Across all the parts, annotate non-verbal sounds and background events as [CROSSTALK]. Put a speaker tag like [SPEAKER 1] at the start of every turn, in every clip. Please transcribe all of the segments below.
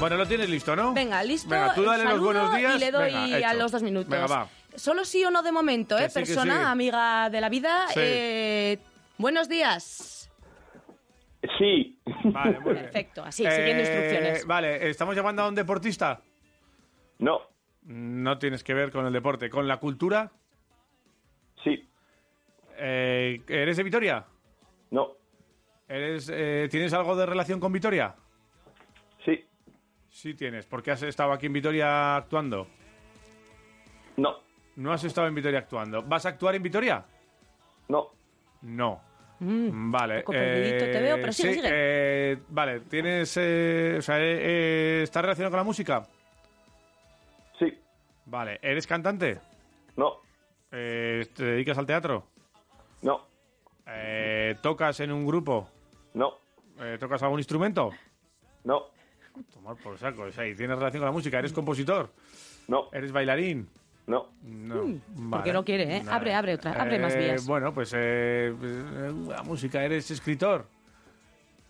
[SPEAKER 1] Bueno, lo tienes listo, ¿no?
[SPEAKER 2] Venga, listo.
[SPEAKER 1] Venga, tú dale los
[SPEAKER 2] saludo
[SPEAKER 1] buenos días.
[SPEAKER 2] Y le doy
[SPEAKER 1] Venga, hecho.
[SPEAKER 2] a los dos minutos.
[SPEAKER 1] Venga, va.
[SPEAKER 2] Solo sí o no de momento,
[SPEAKER 1] Que
[SPEAKER 2] ¿eh?
[SPEAKER 1] sí, que
[SPEAKER 2] Persona,
[SPEAKER 1] sí.
[SPEAKER 2] amiga de la vida.
[SPEAKER 1] Sí.
[SPEAKER 2] eh, buenos días.
[SPEAKER 3] Sí.
[SPEAKER 1] Vale,
[SPEAKER 2] [LAUGHS]
[SPEAKER 1] muy bien.
[SPEAKER 2] Perfecto, así,
[SPEAKER 1] Eh,
[SPEAKER 2] siguiendo instrucciones.
[SPEAKER 1] Vale, ¿estamos llamando a un deportista?
[SPEAKER 3] No.
[SPEAKER 1] No tienes que ver con el deporte. ¿Con la cultura?
[SPEAKER 3] Sí.
[SPEAKER 1] Eh, ¿Eres de Vitoria?
[SPEAKER 3] No.
[SPEAKER 1] ¿Eres, eh, ¿Tienes algo de relación con Vitoria?
[SPEAKER 3] Sí.
[SPEAKER 1] Sí tienes, porque has estado aquí en Vitoria actuando.
[SPEAKER 3] No.
[SPEAKER 1] No has estado en Vitoria actuando. ¿Vas a actuar en Vitoria?
[SPEAKER 3] No.
[SPEAKER 1] No.
[SPEAKER 2] Mm,
[SPEAKER 1] Vale.
[SPEAKER 2] poco perdidito te veo, pero sigue,
[SPEAKER 1] sí,
[SPEAKER 2] sigue.
[SPEAKER 1] eh, vale, tienes... eh, o sea, eh, eh, ¿Estás relacionado con la música?
[SPEAKER 3] Sí.
[SPEAKER 1] Vale. ¿Eres cantante?
[SPEAKER 3] No.
[SPEAKER 1] Eh, ¿Te dedicas al teatro?
[SPEAKER 3] No.
[SPEAKER 1] Eh, ¿Tocas en un grupo?
[SPEAKER 3] No.
[SPEAKER 1] Eh, ¿Tocas algún instrumento?
[SPEAKER 3] No.
[SPEAKER 1] Tomar por saco. O sea, y tienes relación con la música. ¿Eres compositor?
[SPEAKER 3] No.
[SPEAKER 1] ¿Eres bailarín?
[SPEAKER 3] No.
[SPEAKER 1] No.
[SPEAKER 2] Mm, porque no quiere, ¿eh? Abre, abre otra- abre más vías.
[SPEAKER 1] Bueno, pues eh, pues, eh, la música. ¿Eres escritor?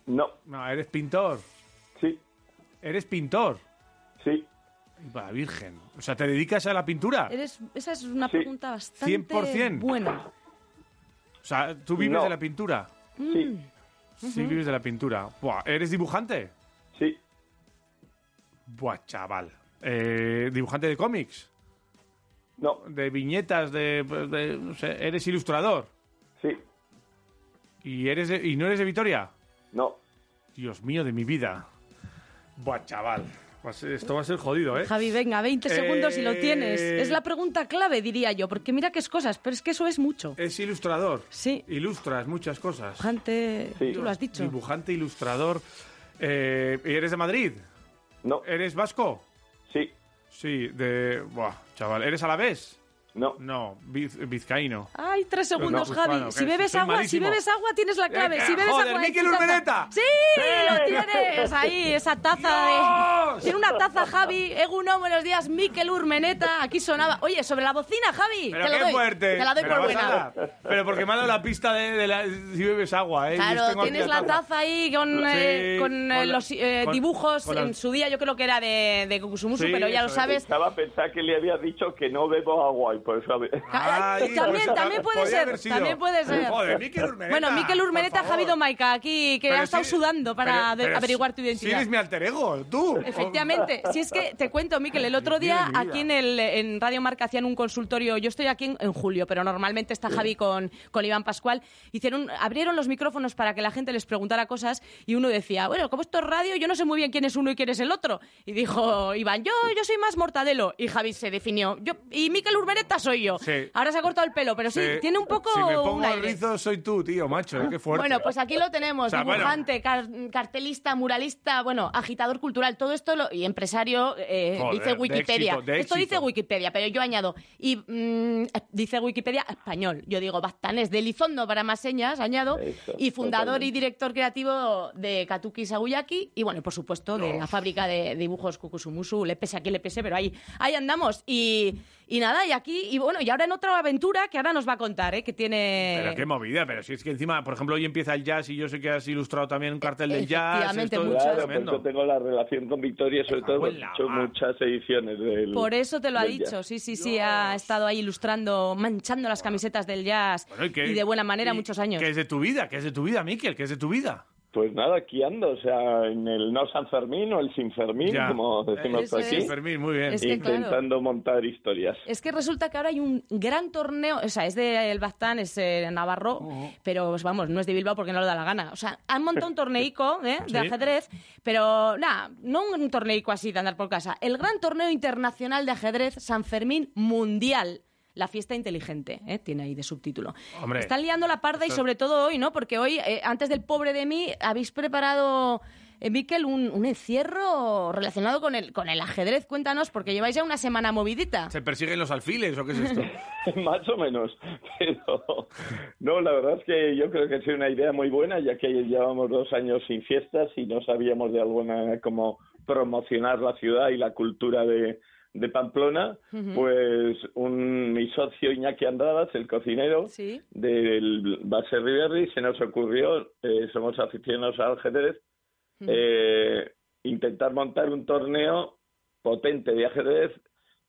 [SPEAKER 3] No.
[SPEAKER 1] No, eres pintor.
[SPEAKER 3] Sí.
[SPEAKER 1] ¿Eres pintor?
[SPEAKER 3] Sí.
[SPEAKER 1] Va, virgen. O sea, ¿te dedicas a la pintura?
[SPEAKER 2] eres- esa es una
[SPEAKER 3] Sí.
[SPEAKER 2] pregunta bastante
[SPEAKER 1] 100%.
[SPEAKER 2] buena.
[SPEAKER 1] O sea, ¿tú vives
[SPEAKER 3] No.
[SPEAKER 1] de la pintura?
[SPEAKER 3] Sí.
[SPEAKER 2] Mm.
[SPEAKER 1] Sí, vives de la pintura. Buah, ¿eres dibujante?
[SPEAKER 3] Sí.
[SPEAKER 1] Buah, chaval. Eh, ¿Dibujante de cómics?
[SPEAKER 3] No.
[SPEAKER 1] ¿De viñetas? De, pues, de- no sé, ¿Eres ilustrador?
[SPEAKER 3] Sí.
[SPEAKER 1] ¿Y, eres de- ¿Y no eres de Vitoria?
[SPEAKER 3] No.
[SPEAKER 1] Dios mío, de mi vida. Buah, chaval. Va a ser- Esto va a ser jodido, ¿eh?
[SPEAKER 2] Javi, venga, 20 segundos y lo
[SPEAKER 1] Eh,
[SPEAKER 2] tienes. Es la pregunta clave, diría yo, porque mira qué es cosas, pero es que eso es mucho.
[SPEAKER 1] Es ilustrador.
[SPEAKER 2] Sí.
[SPEAKER 1] Ilustras muchas cosas.
[SPEAKER 2] Dibujante,
[SPEAKER 3] Sí.
[SPEAKER 2] tú lo has dicho.
[SPEAKER 1] Dibujante, ilustrador. Eh, ¿Y eres de Madrid?
[SPEAKER 3] No.
[SPEAKER 1] ¿Eres vasco?
[SPEAKER 3] Sí.
[SPEAKER 1] Sí, de... Buah, chaval. ¿Eres alavés?
[SPEAKER 3] No.
[SPEAKER 1] No, viz- vizcaíno.
[SPEAKER 2] Ay, tres segundos,
[SPEAKER 1] pues,
[SPEAKER 2] Javi.
[SPEAKER 1] bueno,
[SPEAKER 2] si
[SPEAKER 1] que
[SPEAKER 2] bebes
[SPEAKER 1] soy
[SPEAKER 2] agua,
[SPEAKER 1] malísimo.
[SPEAKER 2] si bebes agua tienes la clave.
[SPEAKER 1] Venga,
[SPEAKER 2] si bebes
[SPEAKER 1] joder,
[SPEAKER 2] agua. de
[SPEAKER 1] Mikel
[SPEAKER 2] tu taza-
[SPEAKER 1] Urmeneta.
[SPEAKER 2] ¡Sí! ¡Lo tienes! Ahí, esa taza
[SPEAKER 1] ¡Dios!
[SPEAKER 2] de. Tiene una taza, Javi. Eguno, buenos días, Mikel Urmeneta. Aquí sonaba. Oye, sobre la bocina, Javi.
[SPEAKER 1] Pero
[SPEAKER 2] te lo
[SPEAKER 1] qué
[SPEAKER 2] doy.
[SPEAKER 1] fuerte.
[SPEAKER 2] Te la doy
[SPEAKER 1] Me
[SPEAKER 2] por
[SPEAKER 1] vas a
[SPEAKER 2] buena.
[SPEAKER 1] dar. Pero porque me ha dado la pista de, de la- si bebes agua, ¿eh? Yo
[SPEAKER 2] Claro,
[SPEAKER 1] tengo aquí
[SPEAKER 2] tienes la taza ahí con, eh,
[SPEAKER 1] Sí,
[SPEAKER 2] con,
[SPEAKER 1] con
[SPEAKER 2] eh,
[SPEAKER 1] la-
[SPEAKER 2] los eh,
[SPEAKER 1] con-
[SPEAKER 2] dibujos
[SPEAKER 1] con las-
[SPEAKER 2] en su día, yo creo que era de, de Kukusumusu,
[SPEAKER 1] Sí,
[SPEAKER 2] pero ya lo
[SPEAKER 1] eso es.
[SPEAKER 2] sabes.
[SPEAKER 3] Estaba pensando que le había dicho que no bebo agua y por eso.
[SPEAKER 1] Ah,
[SPEAKER 3] había-
[SPEAKER 2] Ca-
[SPEAKER 1] Ahí,
[SPEAKER 2] también-
[SPEAKER 1] pues,
[SPEAKER 2] también puede
[SPEAKER 1] podía
[SPEAKER 2] ser,
[SPEAKER 1] haber sido.
[SPEAKER 2] también puede ser.
[SPEAKER 1] Joder, Mikel Urmeneta.
[SPEAKER 2] Bueno, Mikel
[SPEAKER 1] por
[SPEAKER 2] Urmeneta,
[SPEAKER 1] favor.
[SPEAKER 2] Javi Domaica, aquí, que
[SPEAKER 1] Pero
[SPEAKER 2] ha
[SPEAKER 1] si-
[SPEAKER 2] estado sudando para
[SPEAKER 1] pero-
[SPEAKER 2] de-
[SPEAKER 1] pero
[SPEAKER 2] averiguar
[SPEAKER 1] si-
[SPEAKER 2] tu
[SPEAKER 1] Si
[SPEAKER 2] identidad.
[SPEAKER 1] eres mi alter ego, tú.
[SPEAKER 2] Efectivamente. Si es que te cuento, Miquel, el otro
[SPEAKER 1] Dios mío,
[SPEAKER 2] día
[SPEAKER 1] mi vida.
[SPEAKER 2] aquí en, el, en Radio Marca hacían un consultorio. Yo estoy aquí en, en julio, pero normalmente está Javi con, con Iván Pascual. Hicieron, abrieron los micrófonos para que la gente les preguntara cosas y uno decía, bueno, como esto es radio, yo no sé muy bien quién es uno y quién es el otro. Y dijo Iván, yo, yo soy más mortadelo. Y Javi se definió. Yo, y Miquel Urbereta soy yo.
[SPEAKER 1] Sí.
[SPEAKER 2] Ahora se ha cortado el pelo, pero sí,
[SPEAKER 1] Sí,
[SPEAKER 2] tiene un poco.
[SPEAKER 1] Si me
[SPEAKER 2] un
[SPEAKER 1] pongo el
[SPEAKER 2] aire.
[SPEAKER 1] rizo, soy tú, tío, macho. ¿eh? Qué fuerte.
[SPEAKER 2] Bueno, pues aquí lo tenemos.
[SPEAKER 1] O sea, bueno.
[SPEAKER 2] Dibujante, car- cartelista, muralista, bueno, agitador cultural, todo esto lo- y empresario, eh,
[SPEAKER 1] Joder,
[SPEAKER 2] dice
[SPEAKER 1] de
[SPEAKER 2] Wikipedia.
[SPEAKER 1] éxito, de
[SPEAKER 2] esto dice
[SPEAKER 1] éxito.
[SPEAKER 2] Wikipedia, pero yo añado. Y mm, dice Wikipedia español. Yo digo bastanés de Lizondo para más señas, añado.
[SPEAKER 3] Eso,
[SPEAKER 2] y fundador y
[SPEAKER 3] totalmente.
[SPEAKER 2] director creativo de Katuki Saguyaki. Y bueno, por supuesto, de la fábrica de dibujos Kukusumusu. Le pese a quien le pese, pero ahí, ahí andamos. Y, y nada, y aquí, y bueno, y ahora en otra aventura que ahora nos va a contar, ¿eh? que tiene.
[SPEAKER 1] Pero qué movida, pero si es que encima, por ejemplo, hoy empieza el jazz y yo sé que has ilustrado también un cartel del jazz.
[SPEAKER 2] E, Efectivamente,
[SPEAKER 1] esto es
[SPEAKER 2] muchas.
[SPEAKER 3] Claro, porque
[SPEAKER 1] tremendo.
[SPEAKER 3] yo tengo la relación con Victoria, sobre todo, porque
[SPEAKER 1] Abuela,
[SPEAKER 3] he hecho
[SPEAKER 1] va.
[SPEAKER 3] muchas ediciones del.
[SPEAKER 2] Por eso te lo ha
[SPEAKER 3] del
[SPEAKER 2] dicho,
[SPEAKER 3] jazz.
[SPEAKER 2] sí, sí, sí, ha estado ahí ilustrando, manchando las camisetas del jazz
[SPEAKER 1] Bueno,
[SPEAKER 2] y,
[SPEAKER 1] qué-
[SPEAKER 2] de buena manera
[SPEAKER 1] y-
[SPEAKER 2] muchos años.
[SPEAKER 1] ¿Qué es de tu vida? ¿Qué es de tu vida, Miquel? ¿Qué es de tu vida?
[SPEAKER 3] Pues nada, aquí ando, o sea, en el no San Fermín o el sin Fermín,
[SPEAKER 1] Ya.
[SPEAKER 3] como decimos
[SPEAKER 2] Eso
[SPEAKER 3] por aquí,
[SPEAKER 2] es.
[SPEAKER 1] Sí, Fermín, muy bien.
[SPEAKER 2] Es que, claro.
[SPEAKER 3] intentando montar historias.
[SPEAKER 2] Es que resulta que ahora hay un gran torneo, o sea, es de El Baztán, es eh, Navarro,
[SPEAKER 1] Oh,
[SPEAKER 2] pero pues, vamos, no es de Bilbao porque no le da la gana. O sea, han
[SPEAKER 1] [LAUGHS]
[SPEAKER 2] montado un torneico ¿eh? de
[SPEAKER 1] Sí.
[SPEAKER 2] ajedrez, pero nada, no un torneico así de andar por casa. El gran torneo internacional de ajedrez San Fermín Mundial. La fiesta inteligente, ¿eh? tiene ahí de subtítulo.
[SPEAKER 1] Hombre.
[SPEAKER 2] Están liando la parda y
[SPEAKER 1] Esto-
[SPEAKER 2] sobre todo hoy, ¿no? Porque hoy, eh, antes del pobre de mí, habéis preparado, eh, Miquel, un, un encierro relacionado con el, con el ajedrez. Cuéntanos, porque lleváis ya una semana movidita.
[SPEAKER 1] ¿Se persiguen los alfiles o qué es
[SPEAKER 2] [LAUGHS]
[SPEAKER 1] esto?
[SPEAKER 3] [LAUGHS] Más o menos, pero no, la verdad es que yo creo que ha sido una idea muy buena, ya que llevamos dos años sin fiestas y no sabíamos de alguna manera cómo promocionar la ciudad y la cultura de, de Pamplona. Pues un, mi socio Iñaki Andradas, el cocinero
[SPEAKER 2] Sí.
[SPEAKER 3] del Base Riverri, se nos ocurrió, eh, somos aficionados al ajedrez, eh, intentar montar un torneo potente de ajedrez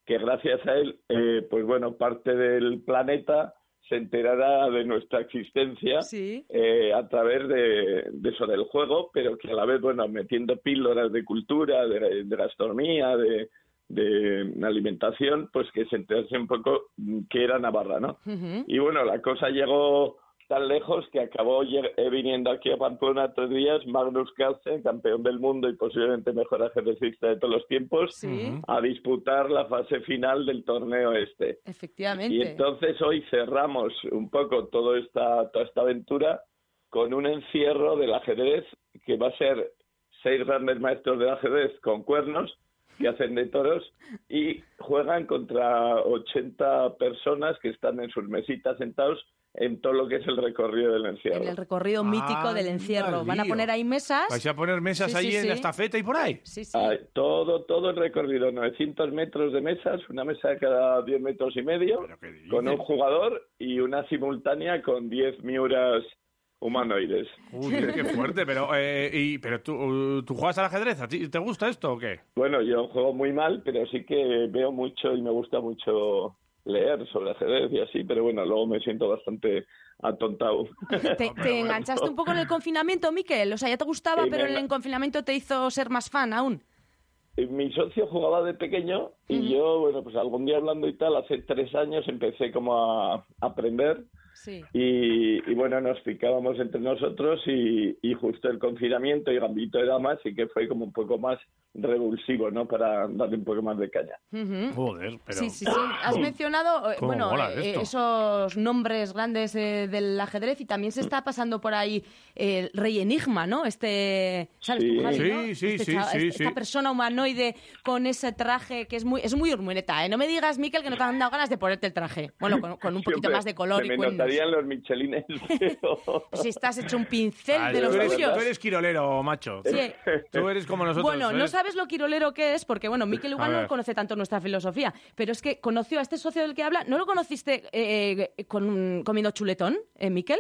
[SPEAKER 3] que gracias a él, eh, pues bueno, parte del planeta se enterará de nuestra existencia
[SPEAKER 2] Sí.
[SPEAKER 3] eh, a través de, de eso del juego, pero que a la vez, bueno, metiendo píldoras de cultura, de, de gastronomía, de, de alimentación, pues que se enterase un poco mm, que era Navarra, ¿no?
[SPEAKER 2] Ujú.
[SPEAKER 3] Y bueno, la cosa llegó tan lejos que acabó lle- eh, viniendo aquí a Pamplona tres días Magnus Carlsen, campeón del mundo y posiblemente mejor ajedrecista de todos los tiempos,
[SPEAKER 2] Sí,
[SPEAKER 1] Ujú.
[SPEAKER 3] a disputar la fase final del torneo este.
[SPEAKER 2] efectivamente.
[SPEAKER 3] Y entonces hoy cerramos un poco toda esta, toda esta aventura con un encierro del ajedrez que va a ser seis grandes maestros del ajedrez con cuernos que hacen de toros y juegan contra 80 personas que están en sus mesitas sentados en todo lo que es el recorrido del encierro.
[SPEAKER 2] en el recorrido mítico
[SPEAKER 3] ¡Ah,
[SPEAKER 2] del encierro. Van a
[SPEAKER 1] lío.
[SPEAKER 2] poner ahí mesas.
[SPEAKER 1] ¿Vais a poner mesas
[SPEAKER 2] Sí,
[SPEAKER 1] allí
[SPEAKER 2] sí,
[SPEAKER 1] en
[SPEAKER 2] sí.
[SPEAKER 1] la estafeta y por ahí?
[SPEAKER 2] Sí, sí.
[SPEAKER 3] Ah, todo, todo el recorrido, 900 metros de mesas, una mesa cada 10 metros y medio.
[SPEAKER 1] ¿Pero qué dices?
[SPEAKER 3] con un jugador y una simultánea con 10 miuras humanoides.
[SPEAKER 1] Joder, qué fuerte, pero, eh, y, pero tú, tú juegas al ajedrez, ¿a ti te gusta esto o qué?
[SPEAKER 3] Bueno, yo juego muy mal, pero sí que veo mucho y me gusta mucho leer sobre ajedrez y así, pero bueno, luego me siento bastante atontado.
[SPEAKER 2] ¿Te, te enganchaste un poco en el confinamiento, Miquel? O sea, ya te gustaba,
[SPEAKER 3] Sí,
[SPEAKER 2] pero
[SPEAKER 3] me
[SPEAKER 2] en el
[SPEAKER 3] engan-
[SPEAKER 2] confinamiento te hizo ser más fan aún.
[SPEAKER 3] Y Mi socio jugaba de pequeño y yo, bueno, pues algún día hablando y tal, hace tres años empecé como a aprender
[SPEAKER 2] Sí.
[SPEAKER 3] Y, y bueno, nos picábamos entre nosotros y, y justo el confinamiento y Gambito de Damas y que fue como un poco más revulsivo, ¿no? Para darle un poco más de caña.
[SPEAKER 2] Ujú.
[SPEAKER 1] Joder, pero...
[SPEAKER 2] Sí, sí, sí. Has mencionado eh,
[SPEAKER 1] ¿Cómo
[SPEAKER 2] bueno,
[SPEAKER 1] mola
[SPEAKER 2] eh,
[SPEAKER 1] esto?
[SPEAKER 2] esos nombres grandes eh, del ajedrez y también se está pasando por ahí eh, el Rey Enigma, ¿no? Este, ¿sabes
[SPEAKER 3] Sí.
[SPEAKER 2] tú, Javi, no?
[SPEAKER 1] Sí, sí,
[SPEAKER 2] Este
[SPEAKER 1] sí,
[SPEAKER 2] chava-
[SPEAKER 1] sí,
[SPEAKER 2] este-
[SPEAKER 1] sí.
[SPEAKER 2] Esta persona humanoide con ese traje que es muy es muy urmuneta, ¿eh? No me digas, Miquel, que no te han dado ganas de ponerte el traje. Bueno, con, con un poquito
[SPEAKER 3] Siempre
[SPEAKER 2] más de color
[SPEAKER 3] se
[SPEAKER 2] y
[SPEAKER 3] me
[SPEAKER 2] cuernos.
[SPEAKER 3] notarían los
[SPEAKER 2] [LAUGHS]
[SPEAKER 3] michelines, pero...
[SPEAKER 2] Si estás hecho un pincel
[SPEAKER 1] Ah,
[SPEAKER 2] de
[SPEAKER 1] tú,
[SPEAKER 2] los
[SPEAKER 1] eres,
[SPEAKER 2] tuyos.
[SPEAKER 1] tú eres quirolero, macho.
[SPEAKER 2] Sí.
[SPEAKER 1] Tú eres como nosotros.
[SPEAKER 2] Bueno, no
[SPEAKER 1] ¿eh?
[SPEAKER 2] sabes lo quirolero que es, porque bueno, Miquel
[SPEAKER 1] A
[SPEAKER 2] igual
[SPEAKER 1] ver.
[SPEAKER 2] no conoce tanto nuestra filosofía, pero es que conoció a este socio del que habla, ¿no lo conociste eh, eh, con- comiendo chuletón, eh, Miquel?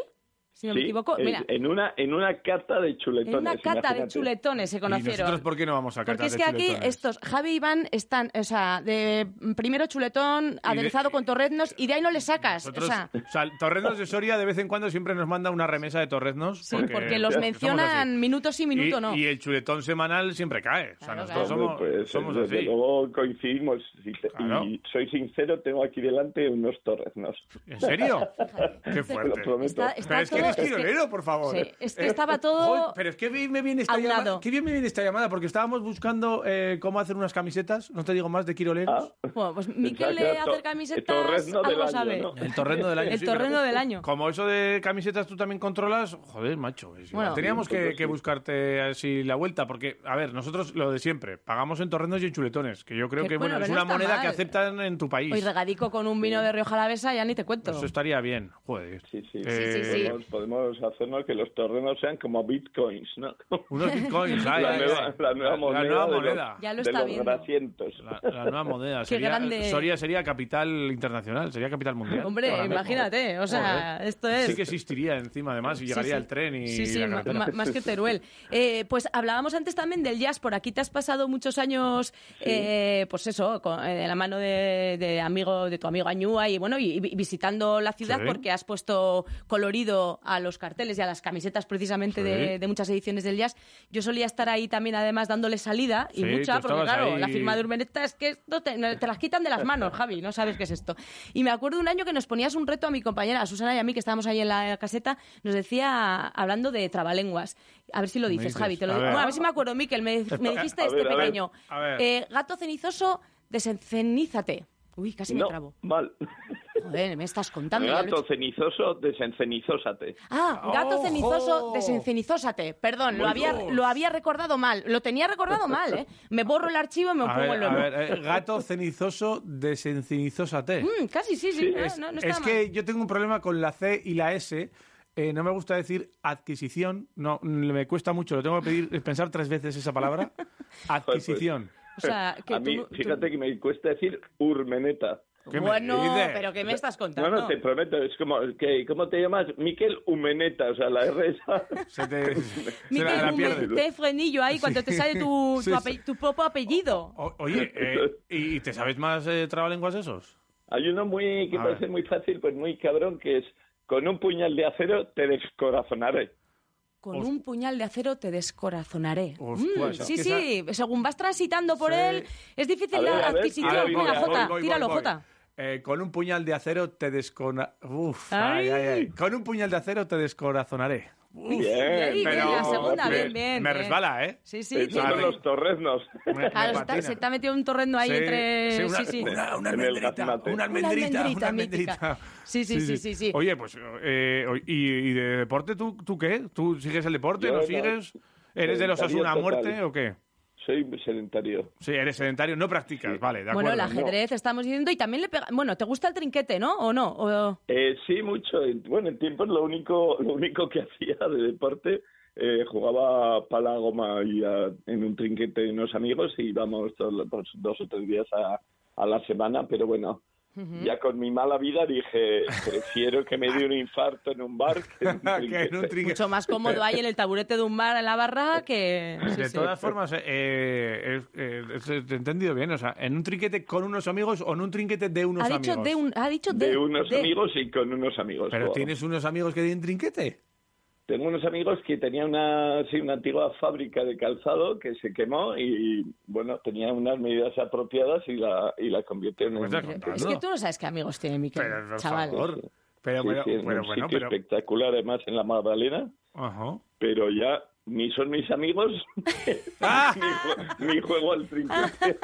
[SPEAKER 2] Si no me
[SPEAKER 3] Sí,
[SPEAKER 2] equivoco,
[SPEAKER 3] en-
[SPEAKER 2] mira,
[SPEAKER 3] En una, en una cata de
[SPEAKER 2] en
[SPEAKER 3] chuletones.
[SPEAKER 2] una cata de
[SPEAKER 3] imagínate.
[SPEAKER 2] chuletones se
[SPEAKER 1] ¿Y nosotros
[SPEAKER 2] conocieron.
[SPEAKER 1] por qué no vamos a catar
[SPEAKER 2] Porque es
[SPEAKER 1] de
[SPEAKER 2] que aquí
[SPEAKER 1] chuletones?
[SPEAKER 2] estos, Javi y Iván, están, o sea, de primero chuletón, aderezado con torreznos, y de ahí no le sacas.
[SPEAKER 1] Nosotros-
[SPEAKER 2] o sea,
[SPEAKER 1] o sea, Torreznos de Soria de vez en cuando siempre nos manda una remesa de torreznos.
[SPEAKER 2] sí, porque, los
[SPEAKER 1] somos
[SPEAKER 2] mencionan
[SPEAKER 1] así.
[SPEAKER 2] minutos y minuto
[SPEAKER 1] y,
[SPEAKER 2] no.
[SPEAKER 1] y el chuletón semanal siempre cae. O sea,
[SPEAKER 2] Claro,
[SPEAKER 1] nosotros
[SPEAKER 2] claro.
[SPEAKER 1] somos,
[SPEAKER 3] Pues,
[SPEAKER 1] somos
[SPEAKER 3] desde
[SPEAKER 1] así.
[SPEAKER 3] luego coincidimos. Y, te-
[SPEAKER 1] Claro.
[SPEAKER 3] y soy sincero, tengo aquí delante unos
[SPEAKER 2] [LAUGHS]
[SPEAKER 3] torreznos.
[SPEAKER 1] ¿En serio?
[SPEAKER 2] Fíjate.
[SPEAKER 1] Qué
[SPEAKER 3] Te lo
[SPEAKER 1] fuerte.
[SPEAKER 3] prometo.
[SPEAKER 2] Está- está
[SPEAKER 1] Pero es que
[SPEAKER 2] todo-
[SPEAKER 1] eres
[SPEAKER 2] es que-
[SPEAKER 1] quirolero, por favor. Eh,
[SPEAKER 2] Sí, es que estaba todo-
[SPEAKER 1] Joder, pero es que bien me viene esta
[SPEAKER 2] aunado.
[SPEAKER 1] llamada. Qué bien me viene esta llamada, porque estábamos buscando eh, cómo hacer unas camisetas, no te digo más, de
[SPEAKER 3] Ah,
[SPEAKER 1] quiroleros.
[SPEAKER 2] Bueno, pues
[SPEAKER 3] pensaba
[SPEAKER 2] Miquel
[SPEAKER 3] que
[SPEAKER 2] le
[SPEAKER 3] era to-
[SPEAKER 2] hace camisetas,
[SPEAKER 3] torrezno del
[SPEAKER 2] algo
[SPEAKER 3] año,
[SPEAKER 2] sabe.
[SPEAKER 3] ¿no?
[SPEAKER 1] El torreno del año.
[SPEAKER 2] El
[SPEAKER 1] sí, pero
[SPEAKER 2] torreno del año.
[SPEAKER 1] Como eso de camisetas tú también controlas, joder, macho. es igual.
[SPEAKER 2] Bueno.
[SPEAKER 1] Teníamos
[SPEAKER 3] Sí, un poco
[SPEAKER 1] que, que
[SPEAKER 3] sí.
[SPEAKER 1] buscarte así la vuelta, porque, a ver, nosotros lo de siempre, pagamos en torrenos y en chuletones, que yo creo
[SPEAKER 2] Que,
[SPEAKER 1] que, bueno,
[SPEAKER 2] bueno,
[SPEAKER 1] es
[SPEAKER 2] pero no
[SPEAKER 1] una
[SPEAKER 2] está
[SPEAKER 1] moneda que
[SPEAKER 2] mal.
[SPEAKER 1] aceptan en tu país.
[SPEAKER 2] Hoy regadico con un vino de Rioja Alavesa, ya ni te cuento.
[SPEAKER 1] Eso estaría bien, joder.
[SPEAKER 3] Sí, sí.
[SPEAKER 1] Eh,
[SPEAKER 2] Sí, sí, sí.
[SPEAKER 3] Podemos, podemos hacernos que los torrenos sean como bitcoins, ¿no? [LAUGHS]
[SPEAKER 1] Unos bitcoins, ay,
[SPEAKER 3] la,
[SPEAKER 1] ay,
[SPEAKER 3] nueva,
[SPEAKER 1] ay.
[SPEAKER 3] la nueva moneda.
[SPEAKER 1] nueva
[SPEAKER 3] de los-
[SPEAKER 1] moneda.
[SPEAKER 2] Ya lo
[SPEAKER 3] de
[SPEAKER 2] está
[SPEAKER 3] los
[SPEAKER 2] viendo.
[SPEAKER 3] grasientos.
[SPEAKER 1] La, la nueva moneda. sería,
[SPEAKER 2] grande.
[SPEAKER 1] Soria sería capital internacional, sería capital mundial.
[SPEAKER 2] Hombre,
[SPEAKER 1] Ahora mismo. ¿eh?
[SPEAKER 2] imagínate, o sea,
[SPEAKER 1] Joder.
[SPEAKER 2] esto es...
[SPEAKER 1] Sí que existiría encima, además, y llegaría
[SPEAKER 2] Sí, sí.
[SPEAKER 1] el tren y.
[SPEAKER 2] Sí, sí,
[SPEAKER 1] la
[SPEAKER 2] ma-
[SPEAKER 1] carretera.
[SPEAKER 2] ma- más que Teruel. Eh, pues hablábamos antes también del jazz. Por aquí te has pasado muchos años, eh, pues eso, con- eh, de la mano de, de amigo, de tu amigo Añúa y bueno, y, y visitando la ciudad
[SPEAKER 1] Sí.
[SPEAKER 2] porque has puesto colorido a los carteles y a las camisetas precisamente
[SPEAKER 1] Sí.
[SPEAKER 2] de, de muchas ediciones del jazz. Yo solía estar ahí también, además, dándole salida y
[SPEAKER 1] Sí,
[SPEAKER 2] mucha,
[SPEAKER 1] tú
[SPEAKER 2] porque
[SPEAKER 1] estabas
[SPEAKER 2] claro,
[SPEAKER 1] ahí.
[SPEAKER 2] la firma de Urmeneta es que esto te, no- te las quitan de las manos, Javi, no sabes qué es esto. Y me acuerdo un año que nos ponías un reto a mi compañera, a Susana y a mí, que estábamos ahí en la, en la caseta, nos decía, hablando de trabalenguas, a ver si lo
[SPEAKER 1] Me
[SPEAKER 2] dices,
[SPEAKER 1] dices,
[SPEAKER 2] Javi, te lo
[SPEAKER 1] a
[SPEAKER 2] digo.
[SPEAKER 1] ver.
[SPEAKER 2] Bueno, a ver si me acuerdo,
[SPEAKER 1] [LAUGHS]
[SPEAKER 2] Miquel, me, me dijiste
[SPEAKER 3] A
[SPEAKER 2] este
[SPEAKER 3] ver, a ver.
[SPEAKER 2] pequeño.
[SPEAKER 1] A ver.
[SPEAKER 2] Eh, gato cenizoso, desencenízate. Uy, casi me
[SPEAKER 3] No,
[SPEAKER 2] trabo.
[SPEAKER 3] mal.
[SPEAKER 2] Joder, me estás contando. ya lo he
[SPEAKER 3] Gato
[SPEAKER 2] hecho.
[SPEAKER 3] cenizoso, desencenizósate.
[SPEAKER 2] Ah, gato
[SPEAKER 1] ¡Ojo!
[SPEAKER 2] cenizoso, desencenizósate. Perdón, lo
[SPEAKER 1] Muy
[SPEAKER 2] había,
[SPEAKER 1] bien.
[SPEAKER 2] lo había recordado mal. Lo tenía recordado mal, ¿eh? Me borro el archivo y me
[SPEAKER 1] A
[SPEAKER 2] pongo el
[SPEAKER 1] ver, a
[SPEAKER 2] nuevo.
[SPEAKER 1] ver, eh, gato cenizoso, desencenizósate.
[SPEAKER 2] Mm, casi sí, sí. no,
[SPEAKER 1] Es,
[SPEAKER 2] no, no
[SPEAKER 1] es
[SPEAKER 2] estaba
[SPEAKER 1] que
[SPEAKER 2] mal.
[SPEAKER 1] yo tengo un problema con la C y la S. Eh, no me gusta decir adquisición. No, mm, me cuesta mucho. Lo tengo que pedir, pensar tres veces esa palabra.
[SPEAKER 2] [LAUGHS]
[SPEAKER 1] Adquisición.
[SPEAKER 2] O sea, que
[SPEAKER 3] a
[SPEAKER 2] tú
[SPEAKER 3] mí,
[SPEAKER 2] no- tú-
[SPEAKER 3] fíjate que me cuesta decir urmeneta.
[SPEAKER 1] ¿Qué me
[SPEAKER 2] pues, bueno,
[SPEAKER 1] dices?
[SPEAKER 2] pero ¿qué me estás
[SPEAKER 3] No,
[SPEAKER 2] contando?
[SPEAKER 3] no, te prometo, es como, que, ¿cómo te llamas? Miquel Humeneta, o sea, la R esa.
[SPEAKER 1] Se te. se
[SPEAKER 2] [LAUGHS] Miquel,
[SPEAKER 1] la, la
[SPEAKER 2] un
[SPEAKER 1] pierdes.
[SPEAKER 2] te frenillo ahí cuando te
[SPEAKER 1] [LAUGHS]
[SPEAKER 2] sale tu,
[SPEAKER 1] Sí,
[SPEAKER 2] tu,
[SPEAKER 1] sí.
[SPEAKER 2] ape- tu propio apellido.
[SPEAKER 1] O- oye, [LAUGHS] eh, ¿y y te sabes más eh, trabalenguas esos?
[SPEAKER 3] Hay uno muy, que
[SPEAKER 1] A
[SPEAKER 3] parece
[SPEAKER 1] ver.
[SPEAKER 3] muy fácil, pues muy cabrón, que es, con un puñal de acero te descorazonaré.
[SPEAKER 2] Con
[SPEAKER 1] Os-
[SPEAKER 2] un puñal de acero te descorazonaré.
[SPEAKER 1] Ostras,
[SPEAKER 2] Mm,
[SPEAKER 1] es
[SPEAKER 2] sí,
[SPEAKER 1] que
[SPEAKER 2] sí, según vas transitando por
[SPEAKER 1] Sí.
[SPEAKER 2] él, es difícil
[SPEAKER 3] A ver,
[SPEAKER 2] la
[SPEAKER 3] a ver,
[SPEAKER 2] adquisición.
[SPEAKER 3] tira,
[SPEAKER 2] Venga,
[SPEAKER 3] voy,
[SPEAKER 2] Jota,
[SPEAKER 1] voy, voy,
[SPEAKER 2] tíralo,
[SPEAKER 1] voy.
[SPEAKER 2] Jota.
[SPEAKER 1] Eh, con un puñal de acero te descona... Uf, ay,
[SPEAKER 2] Ay.
[SPEAKER 1] ay, ay. Con un puñal de acero te corazonaré.
[SPEAKER 3] Bien,
[SPEAKER 2] bien,
[SPEAKER 1] Eh, Pero
[SPEAKER 2] la segunda,
[SPEAKER 1] me,
[SPEAKER 2] bien, bien,
[SPEAKER 1] me
[SPEAKER 2] bien.
[SPEAKER 1] resbala, ¿eh?
[SPEAKER 2] Sí, sí.
[SPEAKER 3] Esos
[SPEAKER 2] sí.
[SPEAKER 1] Vale.
[SPEAKER 3] son los torreznos.
[SPEAKER 1] Me- me
[SPEAKER 2] Claro, está-
[SPEAKER 1] patina.
[SPEAKER 2] se te ha metido un torrendo ahí
[SPEAKER 1] Sí,
[SPEAKER 2] entre...
[SPEAKER 1] sí, una,
[SPEAKER 2] sí, sí.
[SPEAKER 1] Una, una
[SPEAKER 3] En el
[SPEAKER 1] almendrita,
[SPEAKER 3] gaznate.
[SPEAKER 1] una almendrita, una
[SPEAKER 2] almendrita
[SPEAKER 1] almendrita.
[SPEAKER 2] mítica. Sí, sí, sí, sí, sí.
[SPEAKER 1] Oye, pues, eh, oy- ¿y, y de deporte tú, tú qué? ¿Tú sigues el deporte?
[SPEAKER 3] Yo
[SPEAKER 1] ¿No
[SPEAKER 3] no.
[SPEAKER 1] sigues? ¿Eres de los
[SPEAKER 3] Sedentario
[SPEAKER 1] Asuna a
[SPEAKER 3] total.
[SPEAKER 1] muerte o qué?
[SPEAKER 3] Soy sedentario.
[SPEAKER 1] Sí, eres sedentario, no practicas, vale, de acuerdo.
[SPEAKER 2] Bueno, el ajedrez estamos diciendo y también le pega... Bueno, ¿te gusta el trinquete, no? ¿O no? O-
[SPEAKER 3] Eh, sí, mucho. Bueno, en tiempo es lo único, lo único que [LAUGHS] hacía de deporte. Eh, jugaba pala goma y a- en un trinquete de unos amigos y íbamos todos los- dos, dos o tres días a, a la semana, pero bueno, ya con mi mala vida dije, prefiero que me dé un infarto en un bar que [LAUGHS] en un
[SPEAKER 1] Que en un
[SPEAKER 3] trinquete.
[SPEAKER 1] trinque-
[SPEAKER 2] Mucho más cómodo ahí en el taburete de un bar en la barra que... sí,
[SPEAKER 1] De
[SPEAKER 2] sí.
[SPEAKER 1] todas formas, eh, eh, eh, eh, te he entendido bien. O sea, en un trinquete con unos amigos o en un trinquete de unos
[SPEAKER 2] Ha
[SPEAKER 1] amigos.
[SPEAKER 2] dicho de un... Ha dicho de...
[SPEAKER 3] de unos
[SPEAKER 2] de-
[SPEAKER 3] amigos y con unos amigos.
[SPEAKER 1] Pero
[SPEAKER 3] jugaba.
[SPEAKER 1] tienes unos amigos que tienen trinquete.
[SPEAKER 3] Tengo unos amigos que tenían una, sí, una antigua fábrica de calzado que se quemó y, bueno, tenía unas medidas apropiadas y la, y la convirtieron en
[SPEAKER 1] Pues ya
[SPEAKER 3] un-
[SPEAKER 1] contado.
[SPEAKER 2] Es que tú no sabes qué amigos tiene Miquel,
[SPEAKER 1] Pero, por
[SPEAKER 2] chaval.
[SPEAKER 1] favor. Pero,
[SPEAKER 3] Sí,
[SPEAKER 1] pero,
[SPEAKER 3] sí, en
[SPEAKER 1] pero,
[SPEAKER 3] un
[SPEAKER 1] bueno,
[SPEAKER 3] sitio
[SPEAKER 1] pero...
[SPEAKER 3] espectacular además en la Magdalena,
[SPEAKER 2] [LAUGHS]
[SPEAKER 1] Ajá.
[SPEAKER 3] pero ya ni son mis amigos [LAUGHS] ni,
[SPEAKER 1] ¡Ah!
[SPEAKER 3] jue- ni juego al trinquete.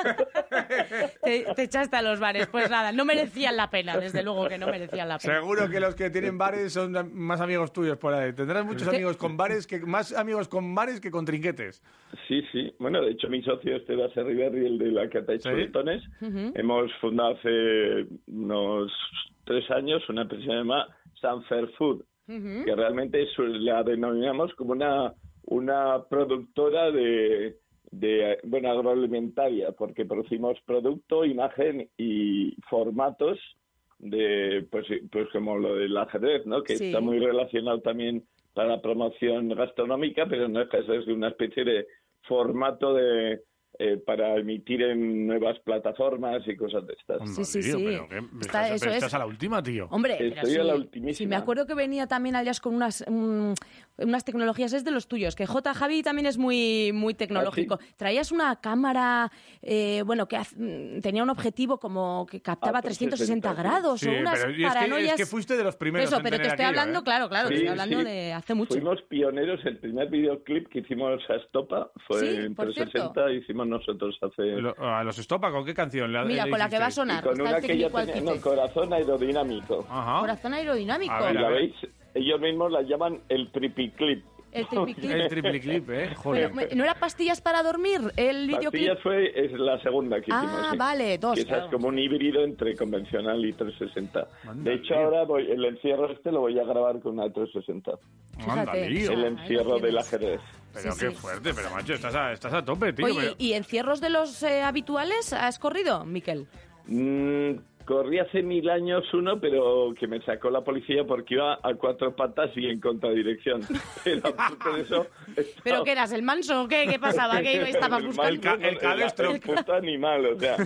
[SPEAKER 2] Te, te echaste a los bares. Pues nada, no merecían la pena, desde luego que no merecían
[SPEAKER 1] [LAUGHS]
[SPEAKER 2] la pena.
[SPEAKER 1] Seguro que los que tienen bares son más amigos tuyos por ahí. Tendrás muchos amigos con bares, que más amigos con bares que con trinquetes.
[SPEAKER 3] Sí, sí. Bueno, de hecho, mi socio este va a ser Riverri, el de la Cata de
[SPEAKER 1] Sí.
[SPEAKER 3] Chuletones. Hemos fundado hace unos tres años una empresa llamada Sanfer Food, que realmente es- la denominamos como una, una productora de, de, bueno, agroalimentaria, porque producimos producto, imagen y formatos de, pues, pues como lo del ajedrez, ¿no? Que
[SPEAKER 2] Sí.
[SPEAKER 3] está muy relacionado también a la promoción gastronómica, pero no es es una especie de formato de eh, para emitir en nuevas plataformas y cosas de estas.
[SPEAKER 2] Sí, sí, sí. Está-
[SPEAKER 1] estás,
[SPEAKER 2] eso
[SPEAKER 1] pero
[SPEAKER 2] es.
[SPEAKER 1] estás a la última, tío.
[SPEAKER 2] Hombre,
[SPEAKER 3] Estoy
[SPEAKER 2] pero sí,
[SPEAKER 3] a la ultimísima.
[SPEAKER 2] sí, me acuerdo que venía también Alias con unas, mm, unas tecnologías, es de los tuyos, que J. Javi también es muy,
[SPEAKER 3] ¿Ah,
[SPEAKER 2] muy tecnológico. Traías una cámara, eh, bueno, que haz- mm, tenía un objetivo como que captaba
[SPEAKER 3] Ah,
[SPEAKER 2] 360
[SPEAKER 3] 360,
[SPEAKER 2] grados
[SPEAKER 1] Sí,
[SPEAKER 2] o unas
[SPEAKER 1] pero y es, que,
[SPEAKER 2] paranoias.
[SPEAKER 1] es que fuiste de los primeros.
[SPEAKER 2] Eso,
[SPEAKER 1] en
[SPEAKER 2] pero te
[SPEAKER 1] tener
[SPEAKER 2] estoy
[SPEAKER 1] aquello,
[SPEAKER 2] hablando,
[SPEAKER 1] ¿eh?
[SPEAKER 2] claro, claro, te
[SPEAKER 3] Sí,
[SPEAKER 2] estoy hablando
[SPEAKER 3] sí.
[SPEAKER 2] de hace mucho.
[SPEAKER 3] Fuimos pioneros, el primer videoclip que hicimos a Estopa fue
[SPEAKER 2] Sí,
[SPEAKER 3] en
[SPEAKER 2] por
[SPEAKER 3] 360, hicimos nosotros hace...
[SPEAKER 1] Lo- ¿A los Estopa con qué canción? le-
[SPEAKER 2] Mira,
[SPEAKER 1] le
[SPEAKER 2] con la que va a
[SPEAKER 1] hicisteis?
[SPEAKER 2] sonar,
[SPEAKER 3] con
[SPEAKER 2] está
[SPEAKER 3] una
[SPEAKER 2] el
[SPEAKER 3] que ya
[SPEAKER 2] técnico al
[SPEAKER 3] tenía, no,
[SPEAKER 2] quite.
[SPEAKER 3] corazón aerodinámico.
[SPEAKER 1] Ajá.
[SPEAKER 2] Corazón aerodinámico.
[SPEAKER 1] A ver,
[SPEAKER 3] ¿La
[SPEAKER 1] Ah, a ver.
[SPEAKER 3] veis? Ellos mismos la llaman el tripiclip. [LAUGHS]
[SPEAKER 2] El tripiclip.
[SPEAKER 1] El triple clip, ¿eh? Joder.
[SPEAKER 2] Pero, ¿No era pastillas para dormir el videoclip?
[SPEAKER 3] Pastillas fue es la segunda que
[SPEAKER 2] Ah,
[SPEAKER 3] hicimos. sí.
[SPEAKER 2] vale, dos,
[SPEAKER 3] Que esa
[SPEAKER 2] claro.
[SPEAKER 3] es como un híbrido entre convencional y 360.
[SPEAKER 1] Anda,
[SPEAKER 3] de hecho,
[SPEAKER 1] bien.
[SPEAKER 3] ahora voy, el encierro este lo voy a grabar con una 360.
[SPEAKER 1] Anda,
[SPEAKER 2] Fíjate.
[SPEAKER 1] lío.
[SPEAKER 3] El
[SPEAKER 2] ahí lo
[SPEAKER 3] encierro del
[SPEAKER 2] tienes.
[SPEAKER 3] ajedrez.
[SPEAKER 1] Pero
[SPEAKER 2] Sí,
[SPEAKER 1] qué
[SPEAKER 2] sí.
[SPEAKER 1] fuerte, pero macho, estás a, estás a tope, tío.
[SPEAKER 2] Oye,
[SPEAKER 1] pero-
[SPEAKER 2] ¿y encierros de los eh, habituales has corrido, Miquel?
[SPEAKER 3] Mm, corrí hace mil años uno, pero que me sacó la policía porque iba a cuatro patas y en contradirección. [LAUGHS] Pero aparte de eso... estaba-
[SPEAKER 2] [LAUGHS] ¿Pero qué eras, el manso o qué? ¿Qué pasaba?
[SPEAKER 3] [LAUGHS]
[SPEAKER 2] ¿Qué estabas
[SPEAKER 3] El
[SPEAKER 2] buscando?
[SPEAKER 1] ca- el cabestro.
[SPEAKER 3] El puto animal,
[SPEAKER 1] [LAUGHS]
[SPEAKER 3] o sea.